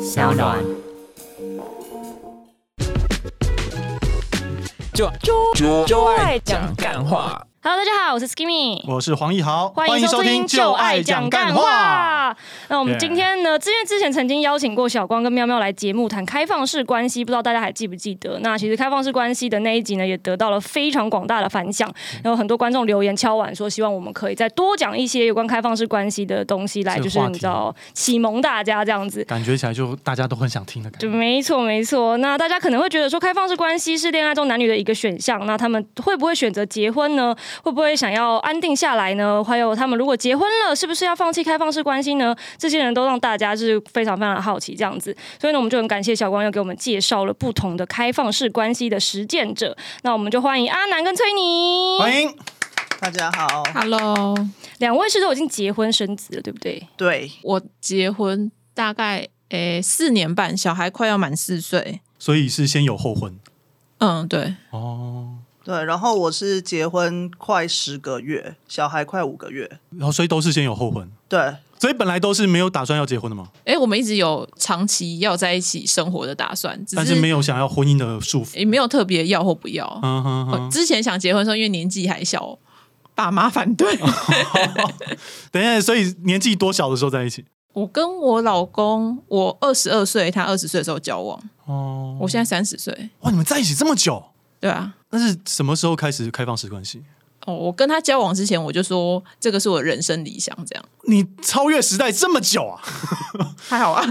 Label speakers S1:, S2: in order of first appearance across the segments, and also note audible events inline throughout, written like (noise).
S1: 小暖。
S2: 就就就就爱讲干话。
S1: Hello，大家好，我是 Skimmy，
S3: 我是黄奕豪，
S1: 欢迎收听《就爱讲干话》。那我们
S3: Yeah
S1: 今天呢，之前之前曾经邀请过小光跟喵喵来节目谈开放式关系，不知道大家还记不记得？那其实开放式关系的那一集呢，也得到了非常广大的反响，然后很多观众留言敲碗说，希望我们可以再多讲一些有关开放式关系的东西来，
S3: 这
S1: 就
S3: 个
S1: 是
S3: 话题
S1: 你知道启蒙大家这样子。
S3: 感觉起来就大家都很想听的感
S1: 就
S3: 觉。
S1: 没错没错。那大家可能会觉得说，开放式关系是恋爱中男女的一个选项，那他们会不会选择结婚呢？会不会想要安定下来呢？还有他们如果结婚了，是不是要放弃开放式关系呢？这些人都让大家是非常非常的好奇这样子。所以呢，我们就很感谢小光又给我们介绍了不同的开放式关系的实践者。那我们就欢迎阿南跟崔妮，
S3: 欢迎，
S4: 大家好，
S5: Hello，
S1: 两位是都已经结婚生子了，对不对？
S4: 对，
S5: 我结婚大概诶四年半，小孩快要满四岁。
S3: 所以是先有后婚
S5: 嗯，对，
S3: 哦，
S4: 对，然后我是结婚快十个月，小孩快五个月，
S3: 然后所以都是先有后婚，
S4: 对，
S3: 所以本来都是没有打算要结婚的嘛，
S5: 诶，我们一直有长期要在一起生活的打算，只
S3: 但是没
S5: 有
S3: 有想要婚姻的束缚。
S5: 也没有特别要或不要。
S3: 嗯哼
S5: 我
S3: 哼，
S5: 之前想结婚的时候，因为年纪还小，爸妈反对。
S3: 哦等一下，所以年纪多小的时候在一起？
S5: (laughs) 我跟我老公，我二十二岁，他二十岁的时候交往，
S3: 哦，
S5: 我现在三十岁，
S3: 哇，你们在一起这么久，
S5: 对啊。
S3: 那是什么时候开始开放式关系？
S5: 哦，我跟他交往之前，我就说这个是我的人生理想，这样
S3: 你超越时代这么
S1: (laughs)
S3: 久啊！
S5: 还好啊。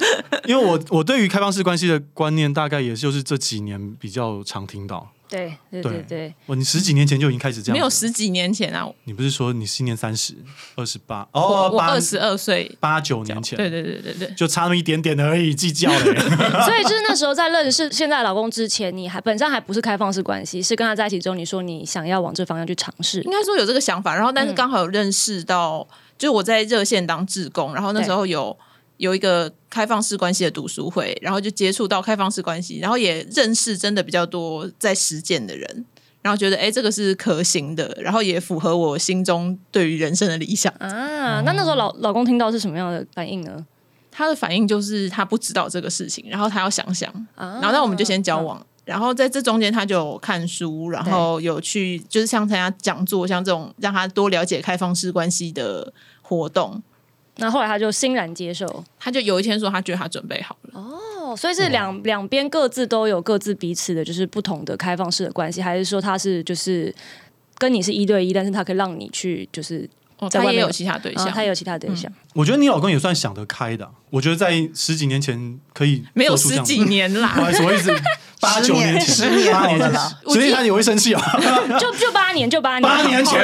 S3: 因为我我对于开放式关系的观念，大概也就是这几年比较常听到。
S1: 对对
S3: 对
S1: 对对，
S3: 哇，你十几年前就已经开始这样子了？
S5: 没有十几年前啊，
S3: 你不是说你今年三十、二十八？
S5: 我
S3: 哦，
S5: 我
S3: 八
S5: 二十二岁
S3: 八九年前，
S5: 对对对对对，
S3: 就差那么一点点而已，计较
S5: (laughs)
S3: 嘞。
S1: (laughs) 所以就是那时候在认识现在的老公之前，你还本身还不是开放式关系，是跟他在一起之后，你说你想要往这方向去尝试
S5: 应。该说有这个想法，然后但是刚好有认识到，就是我在热线当志工，然后那时候有有一个开放式关系的读书会，然后就接触到开放式关系，然后也认识真的比较多在实践的人。然后觉得哎，诶这个是可行的，然后也符合我心中对于人生的理想。
S1: 啊，那那时候老老公听到是什么样的反应呢？
S5: 他的反应就是他不知道这个事情，然后他要想想，
S1: 啊
S5: 然后那我们就先交往。然后在这中间，他就有看书，然后有去就是像参加讲座，像这种让他多了解开放式关系的活动。
S1: 那后来他就欣然接受
S5: 他就有一天说，他觉得他准备好了。
S1: 哦，所以是
S3: 嗯
S1: 两两边各自都有各自彼此的，就是不同的开放式的关系，还是说他是就是跟你是一对一，但是他可以让你去就是
S5: 哦，
S1: 在
S5: 他
S1: 外面
S5: 也
S1: 有
S5: 有其他对
S1: 啊，
S5: 象，
S1: 他有其他对象，
S3: 我觉得你老公也算想得开的啊、我觉得在十几年前可以
S5: 没有
S3: 做出这
S5: 十
S3: 样的
S5: 几，年
S3: 不好
S5: 啦。
S3: 意思，
S5: (laughs)
S3: 我一直八九年前，
S4: 十年
S3: 八年
S4: 好了
S3: 前
S4: 啦，
S3: 所以他也会生气啊，
S1: 就就八年，就八年，
S3: 八年前。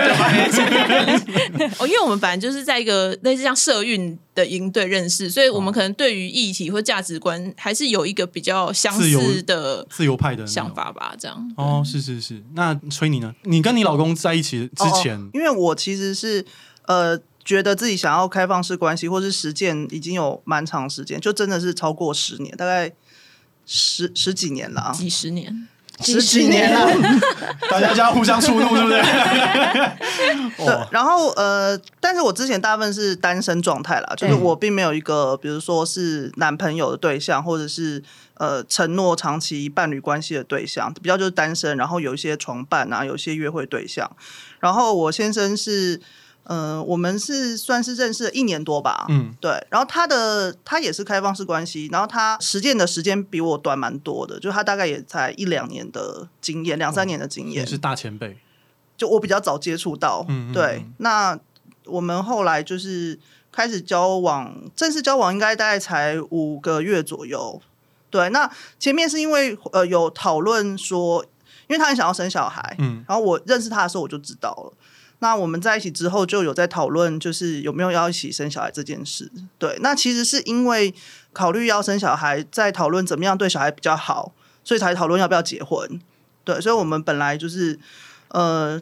S5: 哦，因为我们本来就是在一个类似像社运的营队认识，所以
S3: 哦
S5: 我们可能对于议题或价值观还是有一个比较相
S3: 自由
S5: 似的
S3: 自由派的那种
S5: 想法吧。这样，
S3: 哦，是是是。那崔你呢？你跟你老公在一起之前，
S5: 哦
S4: 因为我其实是呃，觉得自己想要开放式关系或是实践已经有蛮长时间，就真的是超过十年，大概十十几年了啊，
S5: 几十年。
S4: 十几年了。
S3: 大家就要互相触怒，是不是？
S4: 对
S5: (laughs)
S3: 哦，，
S4: 然后呃，但是我之前大部分是单身状态啦，
S3: 嗯
S4: 就是我并没有一个，比如说是男朋友的对象，或者是呃承诺长期伴侣关系的对象，比较就是单身，然后有一些床伴啊，有一些约会对象。然后我先生是，呃，我们是算是认识了一年多吧，
S3: 嗯，
S4: 对，然后他的他也是开放式关系，然后他实践的时间比我短蛮多的，就他大概也才一两年的经验，两三
S3: 哦
S4: 年的经验，
S3: 也是大前辈。
S4: 就我比较早接触到，
S3: 嗯嗯
S4: 对
S3: 嗯。
S4: 那我们后来就是开始交往，正式交往应该大概才五个月左右。对，那前面是因为呃有讨论说，因为他很想要生小孩，
S3: 嗯
S4: 然后我认识他的时候我就知道了。那我们在一起之后就有在讨论，就是有没有要一起生小孩这件事。对，那其实是因为考虑要生小孩，在讨论怎么样对小孩比较好，所以才讨论要不要结婚。对，所以我们本来就是呃，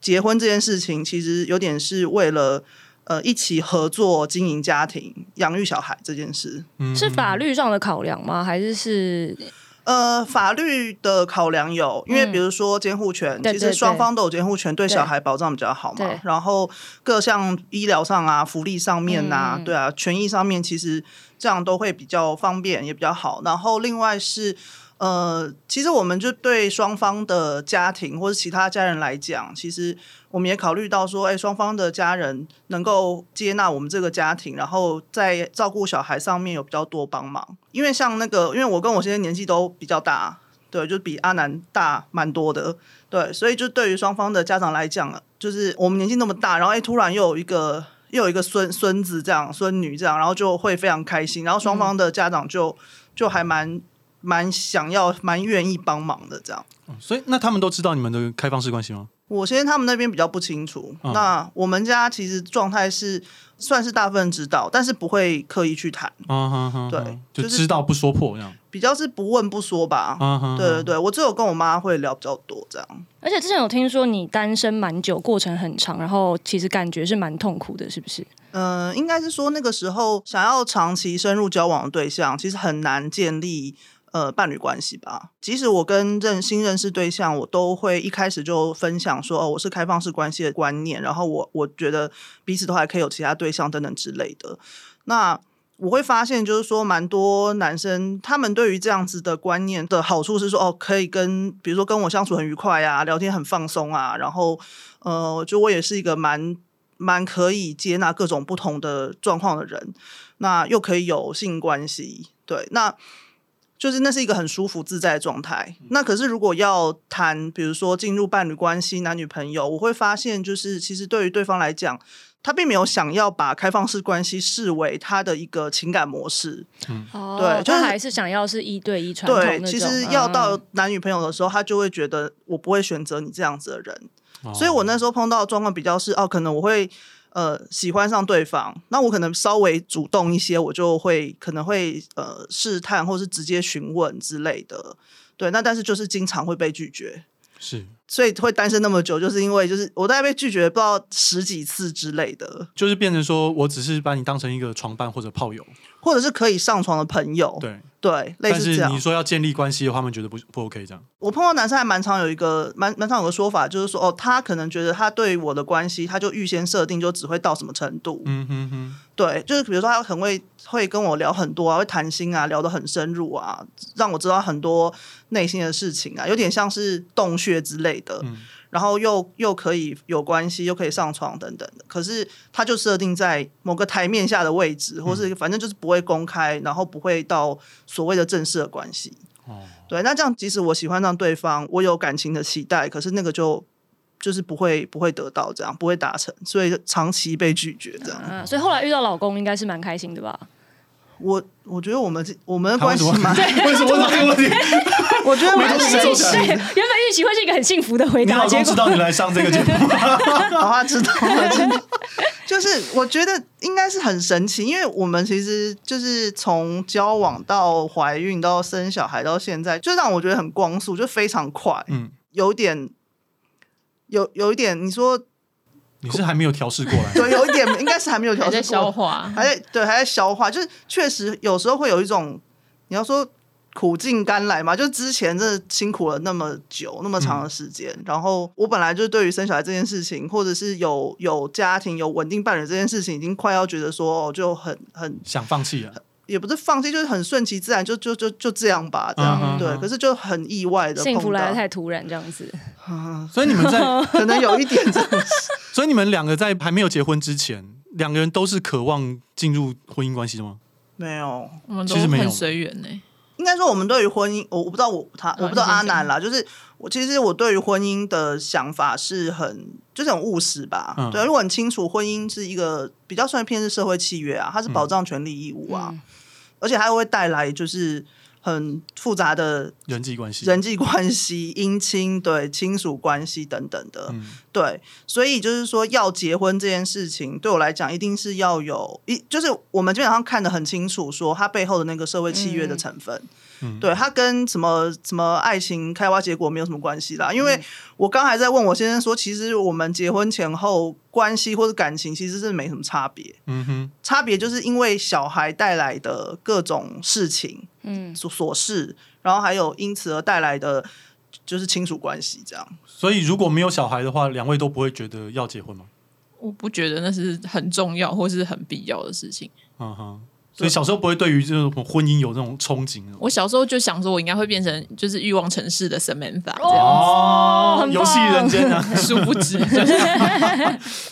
S4: 结婚这件事情其实有点是为了呃一起合作经营家庭、养育小孩这件事。
S3: 嗯
S1: 是法律上的考量吗？还是是
S4: 呃，法律的考量有，因为
S1: 嗯
S4: 比如说监护权，
S1: 对
S4: 其
S1: 对
S4: 实
S1: 对
S4: 双方都有监护权，对
S1: 对
S4: 小孩保障比较好嘛
S1: 对。
S4: 然后各项医疗上啊、福利上面呐、
S1: 嗯
S4: 对啊、权益上面，其实这样都会比较方便，也比较好。然后另外是。呃，其实我们就对双方的家庭或者其他家人来讲，其实我们也考虑到说，哎，双方的家人能够接纳我们这个家庭，然后在照顾小孩上面有比较多帮忙。因为像那个，因为我跟我先生年纪都比较大，对，就比阿南大蛮多的，对，所以就对于双方的家长来讲，就是我们年纪那么大，然后哎，突然又有一个又有一个孙孙子这样，孙女这样，然后就会非常开心，然后双方的家长就、就还蛮蛮想要、蛮愿意帮忙的这样。
S3: 所以那他们都知道你们的开放式关系吗？
S4: 我先生他们那边比较不清楚，
S3: 嗯
S4: 那我们家其实状态是算是大部分知道，但是不会刻意去谈，
S3: 啊哈哈，
S4: 对
S3: 就
S4: 就是
S3: 知道不说破这样。
S4: 比较是不问不说吧。
S3: 啊哈，
S4: 对对对，我只有跟我妈会聊比较多这样。
S1: 而且之前有听说你单身蛮久，过程很长，然后其实感觉是蛮痛苦的，是不是？
S4: 嗯、应该是说那个时候想要长期深入交往的对象，其实很难建立呃伴侣关系吧。即使我跟认新认识对象，我都会一开始就分享说哦，我是开放式关系的观念，然后我我觉得彼此都还可以有其他对象等等之类的。那我会发现，就是说，蛮多男生他们对于这样子的观念的好处是说，哦，可以跟比如说跟我相处很愉快啊，聊天很放松啊，然后呃，就我也是一个蛮蛮可以接纳各种不同的状况的人，那又可以有性关系，对，那就是那是一个很舒服自在的状态。
S1: 嗯
S4: 那可是如果要谈，比如说进入伴侣关系、男女朋友，我会发现就是其实对于对方来讲。他并没有想要把开放式关系视为他的一个情感模式，
S1: 哦
S4: 对就是
S1: 他还是想要是一对一传统那
S4: 对，
S1: 种。
S4: 其实要到
S1: 嗯
S4: 男女朋友的时候，他就会觉得我不会选择你这样子的人，
S3: 哦
S4: 所以我那时候碰到的状况比较是哦，可能我会呃喜欢上对方，那我可能稍微主动一些，我就会可能会呃试探或是直接询问之类的。对，那但是就是经常会被拒绝，
S3: 是
S4: 所以会单身那么久，就是因为就是我大概被拒绝不知道十几次之类的，
S3: 就是变成说我只是把你当成一个床伴或者炮友，
S4: 或者是可以上床的朋友，
S3: 对。
S4: 对，哦类
S3: 但
S4: 似这
S3: 是
S4: 样
S3: 你。说要建立关系的话，他们觉得不不 OK 这样。
S4: 我碰到男生还蛮常有一个蛮蛮常有个说法，就是说哦，他可能觉得他对我的关系，他就预先设定就只会到什么程度，
S3: 嗯哼哼，
S4: 对，就是比如说他很会会跟我聊很多啊，会谈心啊，聊得很深入啊，让我知道很多内心的事情啊，有点像是洞穴之类的。然后又又可以有关系，又可以上床等等的。可是他就设定在某个台面下的位置，或是反正就是不会公开，然后不会到所谓的正式的关系。
S3: 哦
S4: 对，那这样即使我喜欢上对方，我有感情的期待，可是那个就。就是不会不会得到这样，不会达成，所以长期被拒绝这样。
S1: 啊，所以后来遇到老公应该是蛮开心的 (laughs) 吧？
S4: 我我觉得我们这我们的
S3: 他为
S4: 关
S3: 什
S4: 系
S3: 么？
S4: 蛮，
S3: (laughs) 为什么问到这个问题？
S4: 我觉得
S1: 原
S4: 蛮
S1: 本
S4: 神
S1: 预期，对
S4: 奇
S1: 原
S4: 的。
S1: 本预期会是一个很幸福的回
S3: (laughs) 你
S1: 答，
S3: 老
S1: 结
S3: 公
S1: 果
S3: 知道你来上这个节目吗？
S4: 好，他知道了，真的。就是我觉得应该是很神奇，因为我们其实就是从交往到怀孕到生小孩到现在，就让我觉得很光速，就非常快，
S3: 嗯，
S4: 有点有有一点，你说
S3: 你是还没有调试过来。
S4: 对，有一点应该是还没有调
S5: 还在
S4: 整
S5: 消
S4: 过，
S5: 化，
S3: 哎
S4: 还在对还在消化，就是确实有时候会有一种你要说苦尽甘来嘛，就之前真的辛苦了那么久那么长的时间，然后我本来就对于生小孩这件事情，或者是有有家庭有稳定伴侣这件事情，已经快要觉得说哦，就很很
S3: 想放弃了，
S4: 也不是放弃，就是很顺其自然，就就就就这样吧，这样、
S3: 嗯嗯
S4: 对。
S3: 嗯
S4: 可是就很意外的
S1: 幸福
S4: 碰
S1: 来
S4: 到
S1: 的，太突然，这样子。
S3: 所以你 (laughs) 们在，
S4: (laughs) 可能有一点这样子。
S3: 所以你们两个在还没有结婚之前，两个人都是渴望进入婚姻关系的吗？
S4: (laughs) 没有，
S5: 我们都
S3: 其实没有
S5: 很随缘呢。
S4: 应该说，我们对于婚姻，我我不知道我他，我不知道
S5: 啊你先
S4: 阿南啦，就是我其实我对于婚姻的想法是很就是很务实吧，
S3: 嗯
S4: 对，因为啊我很清楚婚姻是一个比较算偏是社会契约啊，它是保障权利义务啊，
S5: 嗯
S4: 而且它会带来就是很复杂的
S3: 人际关系，
S4: 人际关系、姻亲对亲属关系等等的，
S3: 嗯
S4: 对，所以就是说要结婚这件事情，对我来讲一定是要有一，就是我们基本上看得很清楚，说它背后的那个社会契约的成分，
S3: 嗯
S4: 对它跟什么什么爱情开花结果没有什么关系啦。因
S3: 嗯
S4: 为我刚才在问我先生说，其实我们结婚前后关系或者感情其实是没什么差别，
S3: 嗯哼，
S4: 差别就是因为小孩带来的各种事情，
S1: 嗯，
S4: 琐琐事，然后还有因此而带来的就是亲属关系这样。
S3: 所以如果没有小孩的话，两位都不会觉得要结婚吗？
S5: 我不觉得那是很重要或是很必要的事情。
S3: 嗯哼，所以小时候不会对于这种婚姻有那种憧憬啊那种
S5: 我小时候就想说，我应该会变成就是欲望城市的 Samantha 这样，
S1: 哦很棒
S3: 游戏人间
S1: (laughs)
S3: 啊，
S5: 殊不知就是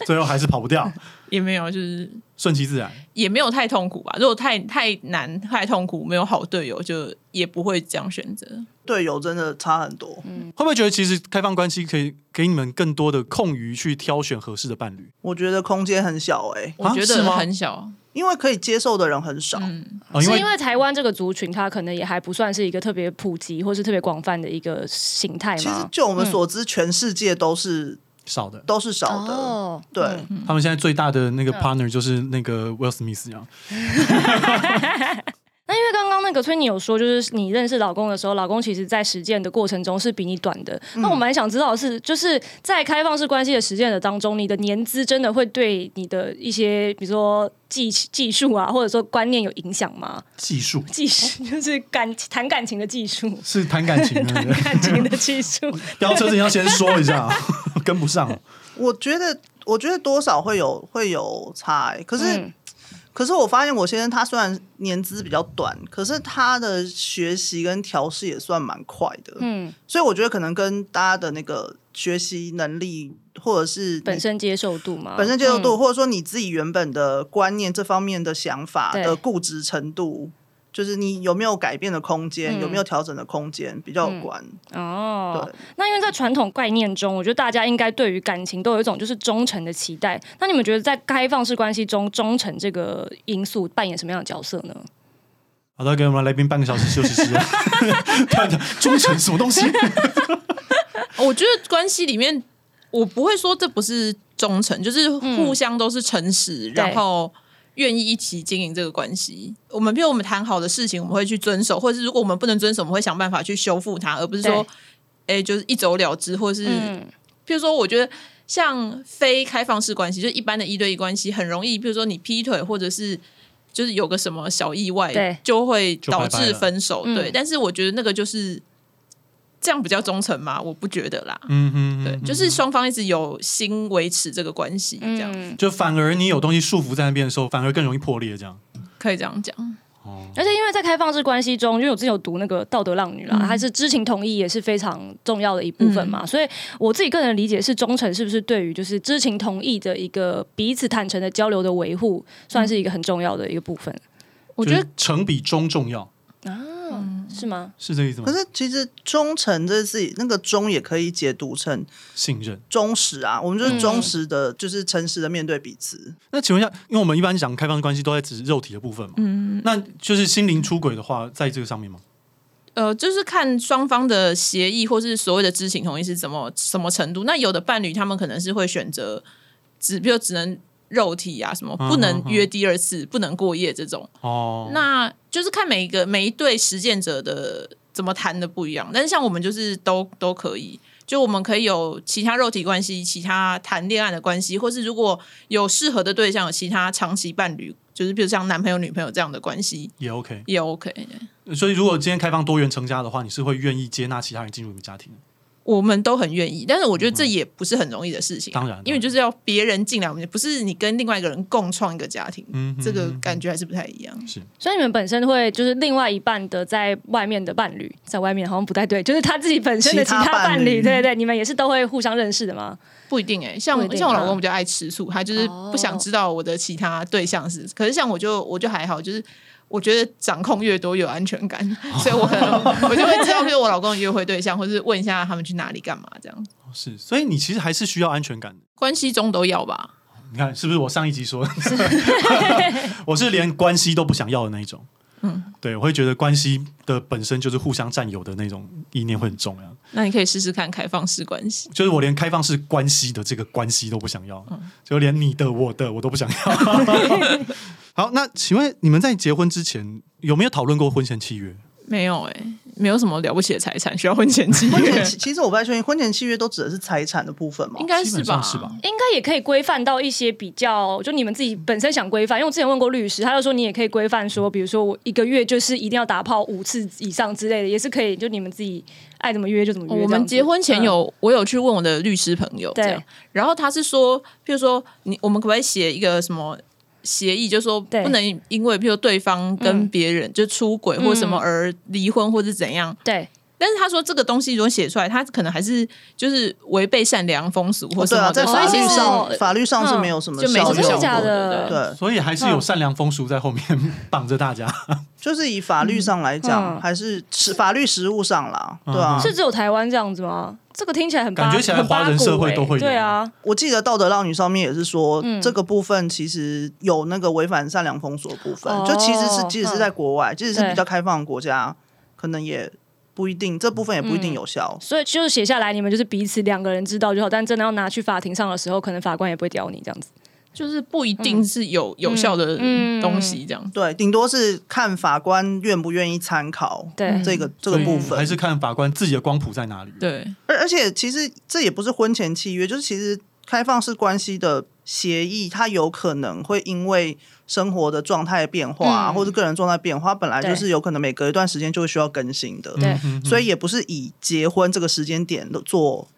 S3: 最后还是跑不掉，
S5: 也没有，就是
S3: 顺其自然。
S5: 也没有太痛苦吧。如果太太难、太痛苦，没有好队友，就也不会这样选择。
S4: 队友真的差很多，
S5: 嗯
S3: 会不会觉得其实开放关系可以给你们更多的空余去挑选合适的伴侣？
S4: 我觉得空间很小哎、
S5: 我觉
S3: 啊是
S5: 得
S3: 吗
S5: 很小，啊
S4: 因为可以接受的人很少。
S5: 嗯，
S3: 哦，因
S1: 是
S3: 为
S1: 因为台湾这个族群，它可能也还不算是一个特别普及或是特别广泛的一个形态
S4: 其实
S1: 嘛。
S4: 就我们
S5: 嗯
S4: 所知，全世界都是
S3: 少的，
S4: 都是少的。
S1: 哦，
S4: 对，
S5: 嗯
S3: 他们现在最大的那个
S1: 嗯
S3: partner 就是那个 Will Smith 啊，
S1: 那因为刚刚那个崔妮有说，就是你认识老公的时候，老公其实在实践的过程中是比你短的。那我蛮想知道的是，就是在开放式关系的实践的当中，你的年资真的会对你的一些，比如说技技术啊，或者说观念有影响吗？
S3: 技术
S1: 技术就是 (laughs) 感谈感情的技
S4: (laughs)
S1: 术，
S3: 是谈感情的，
S4: 嗯
S3: 对不对
S1: 感情的技术。
S3: 飙车之前要先说一下 (laughs) 啊，跟不上。
S4: 我觉得，我觉得多少会有会有差、欸。可是，
S1: 嗯
S4: 可是我发现我先生他虽然年资比较短，可是他的学习跟调试也算蛮快的。
S1: 嗯，
S4: 所以我觉得可能跟大家的那个学习能力，或者是你
S1: 本身接受度嘛，
S4: 本身接受度，
S1: 嗯
S4: 或者说你自己原本的观念这方面的想法
S1: 对
S4: 的固执程度，就是你有没有改变的空间，
S1: 嗯
S4: 有没有调整的空间比较有关。
S1: 哦
S4: 对。
S1: 那因为在传统概念中，我觉得大家应该对于感情都有一种就是忠诚的期待。那你们觉得在开放式关系中，忠诚这个因素扮演什么样的角色呢？
S3: 好的，给我们来宾半个小时休息
S1: (laughs)
S3: 时间。对对忠诚什么东西？
S5: (laughs) 我觉得关系里面，我不会说这不是忠诚，就是互相都是诚实，然后愿意一起经营这个关系。我们譬如我们谈好的事情，我们会去遵守，或者是如果我们不能遵守，我们会想办法去修复它，而不是说，哎、就是一走了之，或者是、
S1: 嗯，
S5: 譬如说，我觉得像非开放式关系，就一般的一对一关系，很容易，譬如说你劈腿，或者是就是有个什么小意
S1: 对
S5: 外，就会
S3: 就拜拜
S5: 导
S3: 了
S5: 致分手。
S1: 嗯
S5: 对，但是我觉得那个就是这样比较忠诚嘛，我不觉得啦。
S3: 嗯哼，
S5: 对，就是双方一直有心维持这个关系，这样、
S1: 嗯
S3: 就反而你有东西束缚在那边的时候，反而更容易破裂。这样，
S5: 可以这样讲。
S1: 而且因为在开放式关系中，因为我之前有读那个《道德浪女》啦，还是知情同意也是非常重要的一部分嘛，所以我自己个人理解是，忠诚是不是对于就是知情同意的一个彼此坦诚的交流的维护，算是一个很重要的一个部分，
S5: 我
S3: 我
S5: 觉得
S3: 诚比忠重要，
S1: 是吗？
S3: 是这个意思吗
S4: 可？是其实忠诚这字，那个忠也可以解读成
S3: 信任。
S4: 忠实啊，我们就是忠实的，就是诚实的面对彼此。
S3: 那请问一下，因为我们一般讲开放关系都在指肉体的部分嘛，嗯，那就是心灵出轨的话，在这个上面吗？
S5: 呃，就是看双方的协议或是所谓的知情同意是怎么什么程度。那有的伴侣他们可能是会选择只，比如只能肉体啊，什么
S3: 嗯
S5: 不能
S3: 嗯嗯
S5: 约第二次，不能过夜这种。
S3: 哦，
S5: 那就是看每一个每一对实践者的怎么谈的不一样，但是像我们就是都都可以，就我们可以有其他肉体关系、其他谈恋爱的关系，或是如果有适合的对象，有其他长期伴侣，就是比如像男朋友、女朋友这样的关系
S3: 也 OK。
S5: 也 OK。
S3: 所以如果今天开放多元成家的话，你是会愿意接纳其他人进入你们家庭的？
S5: 我们都很愿意，但是我觉得这也不是很容易的事情啊、
S3: 嗯当然
S5: 因为就是要别人进来，我们不是你跟另外一个人共创一个家庭，
S3: 嗯哼
S5: 这个感觉还是不太一样。
S1: 所以你们本身会就是另外一半的在外面的伴侣，在外面好像不太对，就是他自己本身的其
S4: 其他
S1: 他伴
S4: 伴
S1: 侣，
S4: 侣
S1: 对对对，你们也是都会互相认识的吗？
S5: 不一定哎、像
S1: 不
S5: 我
S1: 一定
S5: 像我老
S1: 啊
S5: 公比较爱吃醋，他就是
S1: 哦
S5: 不想知道我的其他对象是。可是像我就我就还好，就是我觉得掌控越多越有安全感，
S3: (laughs)
S5: 所以我可能我就会知道，比如我老公的约会对象，或是问一下他们去哪里干嘛这样。
S3: 哦是，所以你其实还是需要安全感的。
S5: 关系中都要吧，
S3: 你看是不是我上一集说
S5: (laughs)
S3: 的？我是连关系都不想要的那一种。嗯，对，我会觉得关系的本身就是互相占有的那种意念会很重要。
S5: 那你可以试试看开放式关系。
S3: 就是我连开放式关系的这个关系都不想要，就连你的、我的我都不想要。好，那请问你们在结婚之前有没有讨论过婚前契约？
S5: 没有哎、没有什么了不起的财产需要婚前契 (laughs)
S4: 婚前
S5: 约，
S4: 其其实我不太确定，婚前契约都指的是财产的部分嘛
S5: 应？该
S3: 基
S5: 是
S3: 本
S5: 吧？
S3: 上是吧？
S1: 应该也可以规范到一些比较，就你们自己本身想规范。因为我之前问过律师，他就说你也可以规范说，比如说我一个月就是一定要打炮五次以上之类的，也是可以，就你们自己爱怎么约就怎么约这样
S5: 哦我
S1: 子。嗯
S5: 们结婚前有、我有去问我的律师朋友，
S1: 对
S5: 这样，然后他是说，譬如说你我们可不可以写一个什么协议，就说
S1: 对
S5: 不能因为譬如对方跟
S1: 嗯
S5: 别人、就出轨或什么
S1: 嗯
S5: 而离婚或是怎样，
S1: 嗯对
S5: 但是他说这个东西如果写出来，他可能还是就是违背善良风俗或
S4: 哦
S5: 什
S4: 对
S5: 么
S4: 啊，
S5: 的，
S4: 在
S5: 所以
S4: 法
S5: 其
S4: 律
S5: 实
S4: 上
S1: 嗯
S4: 法律上是没有什么
S5: 就没
S4: 效
S5: 什
S1: 哦
S5: 么
S4: 力
S1: 真的
S4: 的。
S5: 效果
S1: 假
S5: 的
S1: 的？
S4: 对，
S3: 所以还是有善良风俗在后面绑着大家。
S4: 就是以法律上来讲，
S1: 嗯
S4: 还是实法律实务上啦，
S3: 嗯
S4: 对啊。
S1: 是只有台湾这样子吗？这个听起来很八
S3: 感觉起来
S1: 很八
S3: 华人
S1: 股
S3: 社会
S1: 欸
S3: 都会有
S1: 对啊，
S4: 我记得《道德浪女》上面也是说，
S1: 嗯
S4: 这个部分其实有那个违反善良风俗的部分，
S1: 哦
S4: 就其实是即使是
S1: 嗯
S4: 在国外，即使是
S1: 对
S4: 比较开放的国家，可能也不一定这部分也不一定有效。
S1: 所以就是写下来，你们就是彼此两个人知道就好，但真的要拿去法庭上的时候，可能法官也不会刁你这样子。
S5: 就是不一定是有、有效的
S1: 嗯嗯
S5: 东西这样。
S4: 对，顶多是看法官愿不愿意参考
S1: 对，
S5: 嗯
S4: 这个、这个部分
S3: 还。是看法官自己的光谱在哪里。
S5: 对，
S4: 而而且其实这也不是婚前契约，就是其实开放式关系的协议，它有可能会因为生活的状态变化、
S1: 嗯
S4: 或者个人状态变化，本来就
S1: 对
S4: 是有可能每隔一段时间就会需要更新的。
S1: 对
S3: 嗯哼哼
S4: 所以也不是以结婚这个时间点做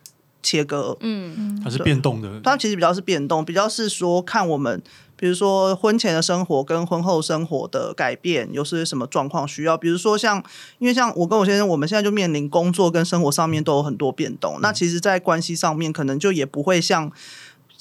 S4: 切割，
S1: 嗯，
S3: 它是变动的。
S4: 它其实比较是变动，比较是说看我们，比如说婚前的生活跟婚后生活的改变有是什么状况需要，比如说像，因为像我跟我先生，我们现在就面临工作跟生活上面都有很多变动，那其实，在关系上面可能就也不会像。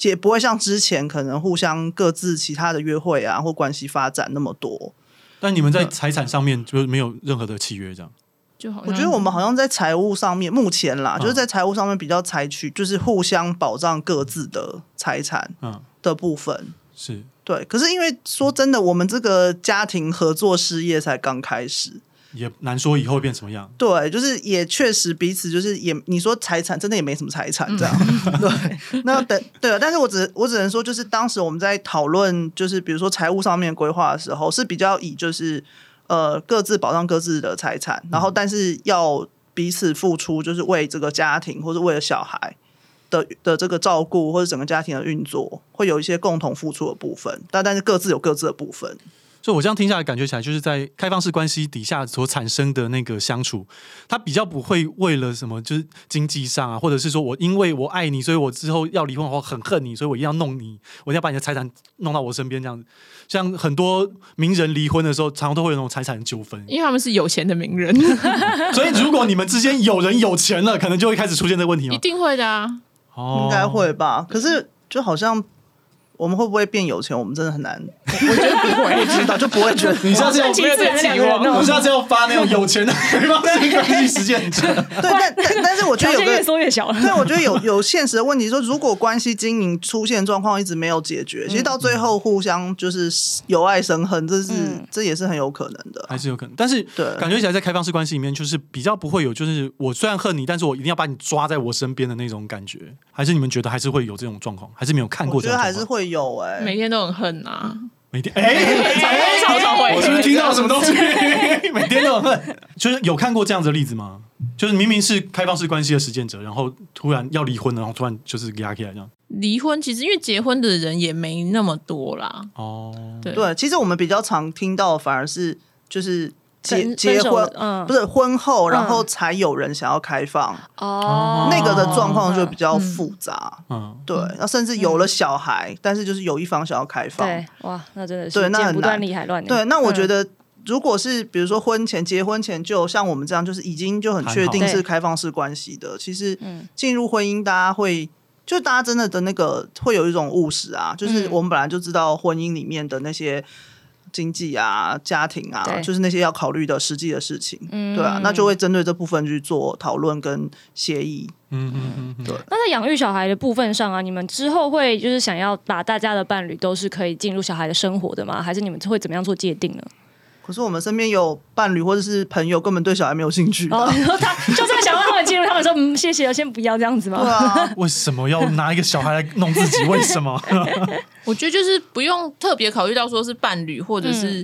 S4: 也不会像之前可能互相各自其他的约会啊或关系发展那么多，
S3: 但你们在财产上面就是没有任何的契约，这样
S5: 就好像
S4: 我觉得我们好像在财务上面，目前啦，
S3: 嗯
S4: 就是在财务上面比较采取就是互相保障各自的财产
S3: 嗯
S4: 的部分。
S3: 是
S4: 对，可是因为说真的，我们这个家庭合作事业才刚开始，
S3: 也难说以后会变什么样。
S4: 对，就是也确实彼此就是也，你说财产真的也没什么财产这样，对。那等对啊，但是我只我只能说，就是当时我们在讨论，就是比如说财务上面规划的时候，是比较以就是呃各自保障各自的财产，然后但是要彼此付出，就是为这个家庭或者为了小孩。的的这个照顾或者整个家庭的运作，会有一些共同付出的部分，但但是各自有各自的部分。
S3: 所以我这样听下来，感觉起来就是在开放式关系底下所产生的那个相处，它比较不会为了什么，就是经济上啊，或者是说我因为我爱你，所以我之后要离婚，我很恨你，所以我一定要弄你，我一定要把你的财产弄到我身边这样子。像很多名人离婚的时候，常常都会有那种财产纠纷。
S5: 因为他们是有钱的名
S4: (laughs)
S5: 人，
S3: 所以如果你们之间有人有钱了，可能就会开始出现这个问题
S5: 一
S3: 吗？
S5: 定会的啊。
S3: 哦
S4: 应该。会吧。可是就好像我们会不会变有钱，我们真的很难，我觉得不会知道，就不会觉得。
S3: 你下次要
S1: 顺其自然的两个人
S3: 我
S1: 哦，
S3: 下次要发那种有钱的开放式关系实践者。
S4: 对，但
S1: (laughs)
S4: 但但是我觉
S1: 条
S4: 得有
S1: 件越
S4: 个。
S1: 缩越小了。
S4: 对，我觉得有有现实的问题，说如果关系经营出现状况一直没有解决，
S1: 嗯
S4: 其实到最后互相就是由爱生恨，这是、
S1: 嗯
S4: 这也是很有可能的。
S3: 还是有可能，但是
S4: 对
S3: 感觉起来在开放式关系里面，就是比较不会有，就是我虽然恨你，但是我一定要把你抓在我身边的那种感觉。还是你们觉得还是会有这种状况？还是没有看
S4: 我
S3: 过这
S4: 觉
S3: 种
S4: 得
S3: 状
S4: 还
S3: 况？
S4: 是会有哎、
S5: 每天都很恨啊，
S3: 每天哎，
S5: 常常会。
S3: 我是不是听到什么东西？每天都有恨，就是有看过这样子的例子吗？就是明明是开放式关系的实践者，然后突然要离婚了，然后突然就是压起来这样。
S5: 离婚其实因为结婚的人也没那么多
S1: 嗯
S5: 啦，
S3: 哦，
S5: 对
S4: 对，其实我们比较常听到的反而是就是结
S1: 分
S4: (laughs) 结
S1: 分手
S4: 婚，
S1: 嗯
S4: 不是婚后，然后
S1: 嗯
S4: 才有人想要开放，
S1: 哦
S4: 那个的状况就比较复杂。
S3: 嗯，
S4: 对，那甚至有了小孩，但是就是有一方想要开
S1: 嗯
S4: 放。
S1: 对，哇，那真的是
S4: 对那很
S1: 剪不断
S4: 难
S1: 理还乱呢。
S4: 对，那我觉
S1: 嗯
S4: 得如果是比如说婚前、结婚前就像我们这样，就是已经就很确定
S1: 谈好
S4: 是开放式关系的，其实
S1: 嗯
S4: 进入婚姻，大家会就大家真的的那个会有一种务实啊，就是
S1: 嗯
S4: 我们本来就知道婚姻里面的那些。经济啊，家庭啊，
S1: 对
S4: 就是那些要考虑的实际的事情，
S1: 嗯
S4: 对啊，那就会针对这部分去做讨论跟协议。
S3: 嗯嗯嗯嗯，对。
S1: 那在养育小孩的部分上啊，你们之后会就是想要把大家的伴侣都是可以进入小孩的生活的吗？还是你们会怎么样做界定呢？
S4: 可是我们身边有伴侣或者是朋友，根本对小孩没有兴趣的啊、
S1: 哦， (laughs) 然后他就算想让他们进入，他们说嗯，谢谢，先不要这样子
S4: 对
S1: 吗？
S5: (laughs)
S4: 啊，
S3: 为什么要拿一个小孩来弄自己？为什么？
S1: 嗯
S5: 我觉得就是不用特别考虑到说是伴侣或者是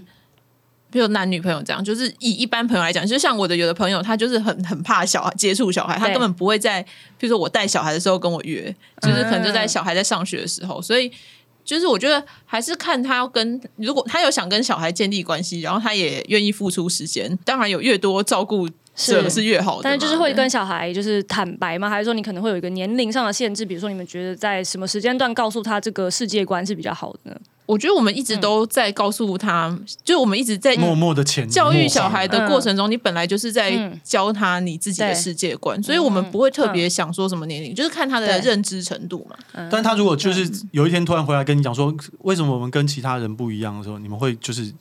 S5: 比如男女朋友这样，就是以一般朋友来讲，就像我的有的朋友，他就是很很怕小孩接触小孩，他
S1: 对
S5: 根本不会在，比如说我带小孩的时候跟我约，就是
S1: 嗯
S5: 可能就在小孩在上学的时候，所以就是我觉得还是看他要跟，如果他有想跟小孩建立关系，然后他也愿意付出时间，当然有越多照顾者
S1: 是
S5: 是越好的嘛，
S1: 但是就是会
S5: 对
S1: 跟小孩就是坦白吗？还是说你可能会有一个年龄上的限制？比如说你们觉得在什么时间段告诉他这个世界观是比较好的呢？
S5: 我觉得我们一
S1: 嗯
S5: 直都在告诉他，就是我们一直在
S3: 默默的潜移
S5: 教育
S3: 默化
S5: 小孩的过程中，你本来就是在
S1: 嗯
S5: 教他你自己的
S1: 对嗯
S5: 世界观，所以我们不会特别想说什么年龄，就是看他的
S1: 对
S5: 认知程度嘛。
S3: 但他如果就是
S5: 嗯
S3: 有一天突然回来跟你讲说，为什么我们跟其他人不一样的时候，你们会就是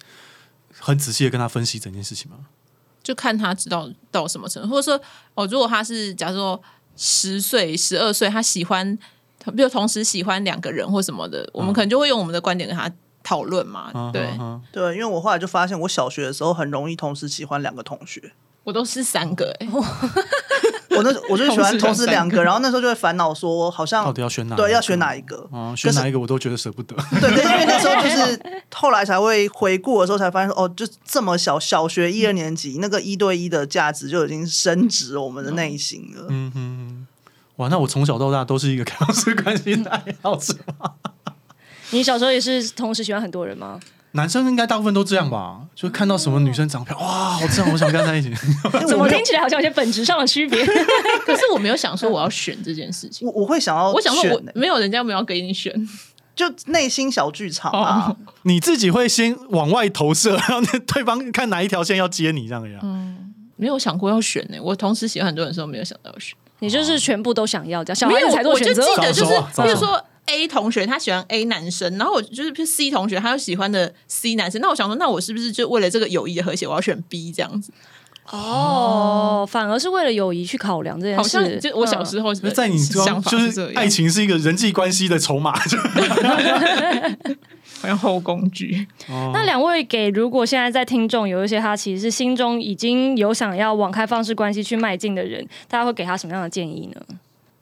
S3: 很仔细的跟他分析整件事情吗？
S5: 就看他知道到什么程度，或者说哦，如果他是假如说十岁、十二岁，他喜欢，比如同时喜欢两个人或什么
S3: 嗯
S5: 的，我们可能就会用我们的观点跟他讨论嘛。
S3: 啊
S5: 对
S3: 啊啊
S4: 对，因为我后来就发现，我小学的时候很容易同时喜欢两个同学。
S5: 我都是三个、
S1: (laughs)
S5: 欸，
S4: 我那我就喜欢同时两
S5: 同时两个
S4: 个，然后那时候就会烦恼说，好像
S3: 到底要选哪一个？
S4: 对要选哪一个？
S3: 哦，选哪一个我都觉得舍不得。 (laughs)
S4: 对，可是因为那时
S5: (laughs)
S4: 候就是后来才会回顾的时候才发现说，哦，就这么小，小学一二年
S5: 嗯
S4: 级那个一对一的价值就已经升值我们的内心了。
S3: 嗯哼哼，哇，那我从小到大都是一个开放式关系的爱好者。
S5: 嗯
S1: 你小时候也是同时喜欢很多人
S5: (laughs)
S1: 吗？
S3: (laughs) 男生应该大部分都这样吧，就看到什么女生长得漂亮，哇，好正，我想跟她在一起。 (laughs)
S1: 怎么听起来好像有些本质上的区别？
S5: 可是我没有想说我要选这件事情。
S4: 我我会想要
S5: 我想说，
S4: 选
S5: 我
S4: 欸
S5: 没有人家没有要给你选，
S4: 就内心小剧场啊，
S3: 你自己会先往外投射，然后对方看哪一条线要接你这样呀？
S5: 嗯没有想过要选呢、我同时喜欢很多人的时候，没有想到要选。
S1: (laughs) 你就是全部都想要，这样小
S5: 没
S1: 孩
S5: 有，
S1: 子才做
S5: 我就
S1: 选
S5: 记
S1: 择。哦
S5: 得就是，
S3: 早熟啊早
S5: 比
S3: 熟
S5: 如说 A 同学他喜欢 A 男生，然后我就是譬如 C 同学他又喜欢的 C 男生，那我想说，那我是不是就为了这个友谊的和谐，我要选 B 这样子？
S1: 哦，反而是为了友谊去考量这件
S5: 好
S1: 事。
S5: 像就我小时
S1: 候、
S5: 候
S3: 就
S5: 的
S3: 在你中，
S5: 想法
S3: 就是
S5: 这
S3: 爱
S5: 样，
S3: 情是一个人际关系的筹码。就
S5: 好像后宫剧。
S1: 那两位给如果现在在听众有一些他其实是心中已经有想要往开放式关系去迈进的人，大家会给他什么样的建议呢？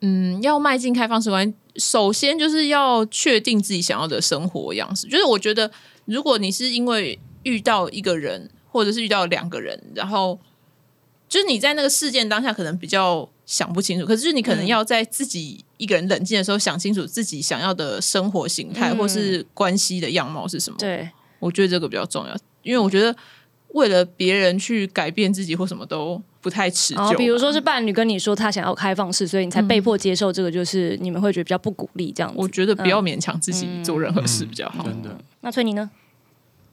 S5: 嗯，要迈进开放式关系，首先就是要确定自己想要的生活样式。就是我觉得，如果你是因为遇到一个人，或者是遇到两个人，然后就是你在那个事件当下可能比较想不清楚，可是你可
S1: 嗯
S5: 能要在自己一个人冷静的时候想清楚自己想要的生活形态、
S1: 嗯
S5: 或是关系的样貌是什么。
S1: 对，
S5: 我觉得这个比较重要，因为我觉得为了别人去改变自己或什么都不太持久
S1: 然
S5: 吧。
S1: 后哦比如说是伴侣跟你说他想要开放式，所以你才被迫接受这个，就是你们会觉得比较不鼓励这样
S5: 我
S1: 子。
S5: 觉得不要勉强自己做任何事
S3: 嗯
S5: 比较好。
S3: 真的，
S1: 那崔妮呢？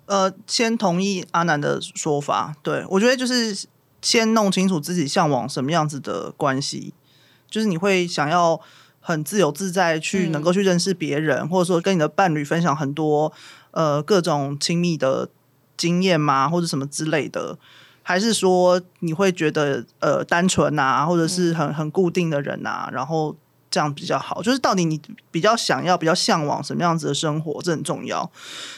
S4: 呃，先同意阿南的说法，对我觉得就是先弄清楚自己向往什么样子的关系，就是你会想要很自由自在去
S1: 嗯
S4: 能够去认识别人，或者说跟你的伴侣分享很多呃各种亲密的经验吗，或者什么之类的。还是说你会觉得呃单纯啊，或者是很很固定的人啊，然后这样比较好？就是到底你比较想要、比较向往什么样子的生活，这很重要。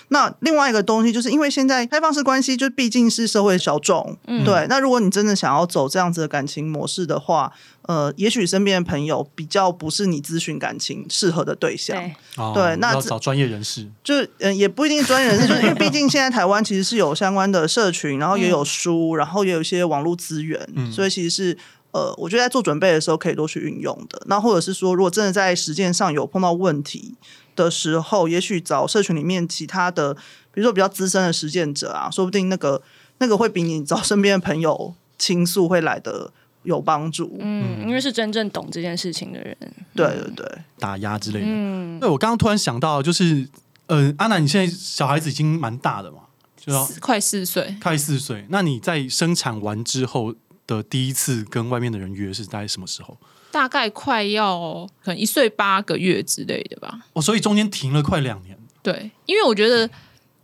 S4: 那另外一个东西，就是因为现在开放式关系，就毕竟是社会小众，
S1: 嗯
S4: 对。那如果你真的想要走这样子的感情模式的话，呃，也许身边的朋友比较不是你咨询感情适合的对象，
S1: 对，
S3: 哦
S4: 对那
S3: 要
S4: 这
S3: 找专业人士。
S4: 就嗯、呃也不一定专业人士，就是因为毕竟现在台湾其实是有相关的社群，然后也
S5: 嗯
S4: 有书，然后也有一些网络资源，
S3: 嗯
S4: 所以其实是。呃，我觉得在做准备的时候可以多去运用的。那或者是说，如果真的在实践上有碰到问题的时候，也许找社群里面其他的，比如说比较资深的实践者啊，说不定那个那个会比你找身边的朋友倾诉会来的有帮助。
S1: 嗯，因为是真正懂这件事情的人，
S4: 对对对，
S3: 打压之类的。
S1: 嗯，
S3: 对，我刚刚突然想到，就是呃，阿南，你现在小孩子已经蛮大的嘛，就要
S5: 四快四岁，
S3: 快四岁。那你在生产完之后的第一次跟外面的人约是大概什么时候？
S5: 大概快要可能一岁八个月之类的吧。
S3: 哦，所以中间停了快两年。
S5: 对，因为我觉得，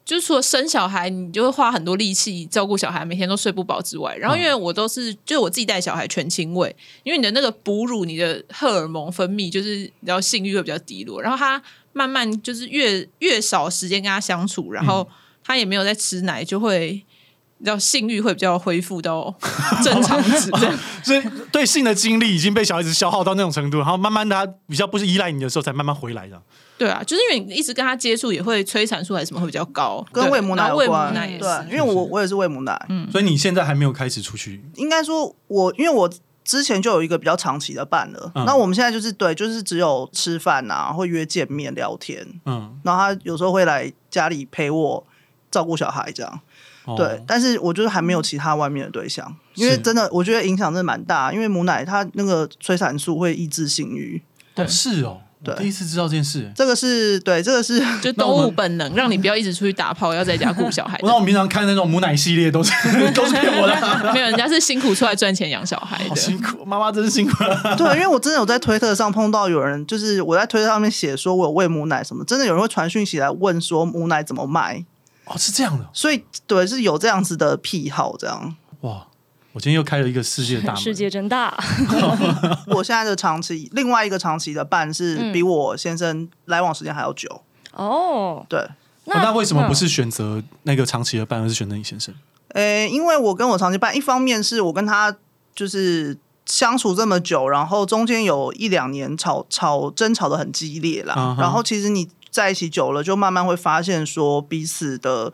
S5: 就是除了生小孩，你就会花很多力气照顾小孩，每天都睡不饱之外，然后因为我都是就是我自己带小孩全亲喂，因为你的那个哺乳，你的荷尔蒙分泌就是然后性欲会比较低落，然后他慢慢就是越越少时间跟他相处，然后他也没有在吃奶，就会你知道性欲会比较恢复到正常值，这样
S3: 所以对性的精力已经被小孩子消耗到那种程度，然后慢慢的他比较不是依赖你的时候，才慢慢回来的。
S5: 对啊，就是因为你一直跟他接触，也会催产素还是什么会比较高，
S4: 跟
S5: 对
S4: 喂母奶
S5: 然后
S4: 有
S5: 喂母
S4: 关
S5: 奶也，
S4: 对，因
S5: 是，嗯
S4: 为我我也是喂母奶，
S3: 所以你现在还没有开始出去，
S4: 应该说我因为我之前就有一个比较长期的伴了，
S3: 嗯
S4: 那我们现在就是对，就是只有吃饭啊，会约见面聊天，
S3: 嗯，
S4: 然后他有时候会来家里陪我照顾小孩这样，
S3: 哦
S4: 对，，但是我就是还没有其他外面的对象，因为
S3: 是
S4: 真的我觉得影响真的蛮大，因为母奶它那个催产素会抑制性欲，
S5: 对
S3: 是哦，我
S4: 对
S3: 第一次知道这件事。
S4: 这个是对，这
S3: (laughs)
S4: 个是
S5: 就
S3: 那我
S5: 动
S3: 们。
S5: 物本能，让你不要一直出去打炮，要在家顾小孩
S3: (laughs) 那我们平常看那种母奶系列都是都是骗我的啊，
S5: 没有，人家是辛苦出来赚钱养小孩
S3: 好
S5: 的。
S3: 辛苦，妈妈真是辛苦了。
S4: 对，因为我真的有在推特上碰到有人，就是我在推特上面写说我有喂母奶什么，真的有人会传讯息来问说母奶怎么卖，
S3: 哦，是这样的，
S4: 所以对是有这样子的癖好这样。
S3: 哇！我今天又开了一个世界大门，
S1: (laughs)
S3: 哦
S1: 世界真大，
S4: 我现在的长期另外一个长期的伴是
S1: 嗯
S4: 比我先生来往时间还要久，
S1: 哦，
S4: 对。
S3: 哦那为什么不是选择那个长期的伴，而是选择你先生？
S4: 诶，因为我跟我长期伴，一方面是我跟他就是相处这么久，然后中间有一两年吵吵争吵的很激烈啦。
S3: 嗯哼
S4: 然后其实你在一起久了，就慢慢会发现说彼此的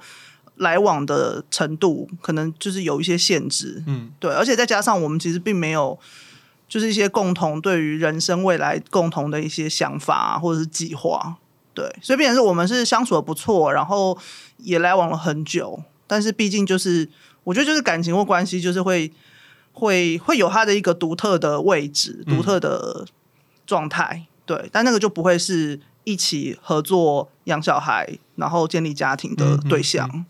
S4: 来往的程度，可能就是有一些限制。
S3: 嗯，
S4: 对，而且再加上我们其实并没有。就是一些共同对于人生未来共同的一些想法、啊、或者是计划，对，所以变成是我们是相处的不错，然后也来往了很久，但是毕竟就是我觉得就是感情或关系就是会会会有它的一个独特的位置、
S3: 嗯
S4: 独特的状态，对，但那个就不会是一起合作养小孩，然后建立家庭
S3: 嗯
S4: 的对象。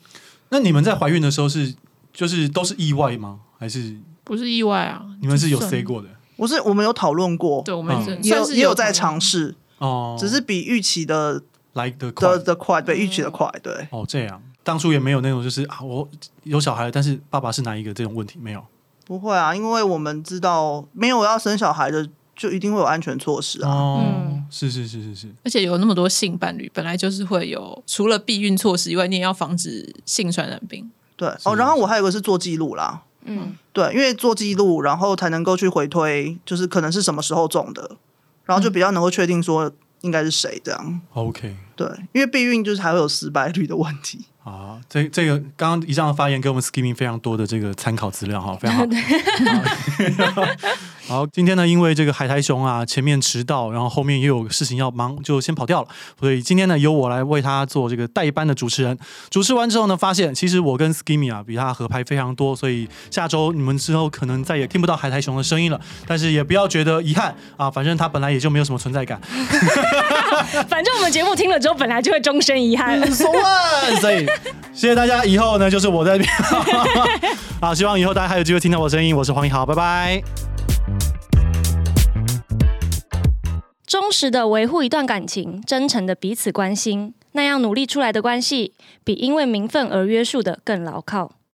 S3: 那你们在怀孕的时候是就是都是意外吗？还是
S5: 不是意外啊，
S3: 你们是有
S5: 就算
S3: say 过的？
S4: 不是，我们有讨论过，
S5: 对，我们
S3: 嗯
S5: 是
S4: 也
S5: 算
S4: 有
S5: 是
S4: 也有在
S5: 讨论
S4: 尝试，
S3: 哦，
S4: 只是比预期的
S3: 来得快
S4: 的的快，
S5: 嗯
S4: 对，预期的快，对。
S3: 哦，这样当初也没有那种就是啊，我有小孩了，但是爸爸是哪一个这种问题没有
S4: 不会啊，因为我们知道没有要生小孩的，就一定会有安全措施啊。
S3: 哦，
S1: 嗯
S3: 是是是是是，
S5: 而且有那么多性伴侣，本来就是会有，除了避孕措施以外，你也要防止性传染病。
S4: 对哦，然后我还有一个是做记录啦，
S5: (laughs)
S1: 嗯，
S4: 对，因为做记录，然后才能够去回推，就是可能是什么时候中的，然后就比较能够确定说应该是谁这样。
S3: OK
S4: 对，因为避孕就是还会有失败率的问题。
S3: 啊，这这个刚刚以上的发言给我们 Skimming 非常多的这个参考资料哈，非常
S1: (laughs)
S3: 好。好，今天呢，因为这个海苔熊啊，前面迟到，然后后面也有事情要忙，就先跑掉了。所以今天呢，由我来为他做这个代班的主持人。主持完之后呢，发现其实我跟 Skimmy 啊比他合拍非常多，所以下周你们之后可能再也听不到海苔熊的声音了。但是也不要觉得遗憾啊，反正他本来也就没有什么存在感。
S1: 反正我们节目听了之后，本来就会终身遗憾。
S3: So what？所以谢谢大家，以后呢就是我在那边。 (laughs) 啊，希望以后大家还有机会听到我的声音。我是黄一豪，拜拜。
S1: 忠实的维护一段感情，真诚的彼此关心，那样努力出来的关系，比因为名分而约束的更牢靠。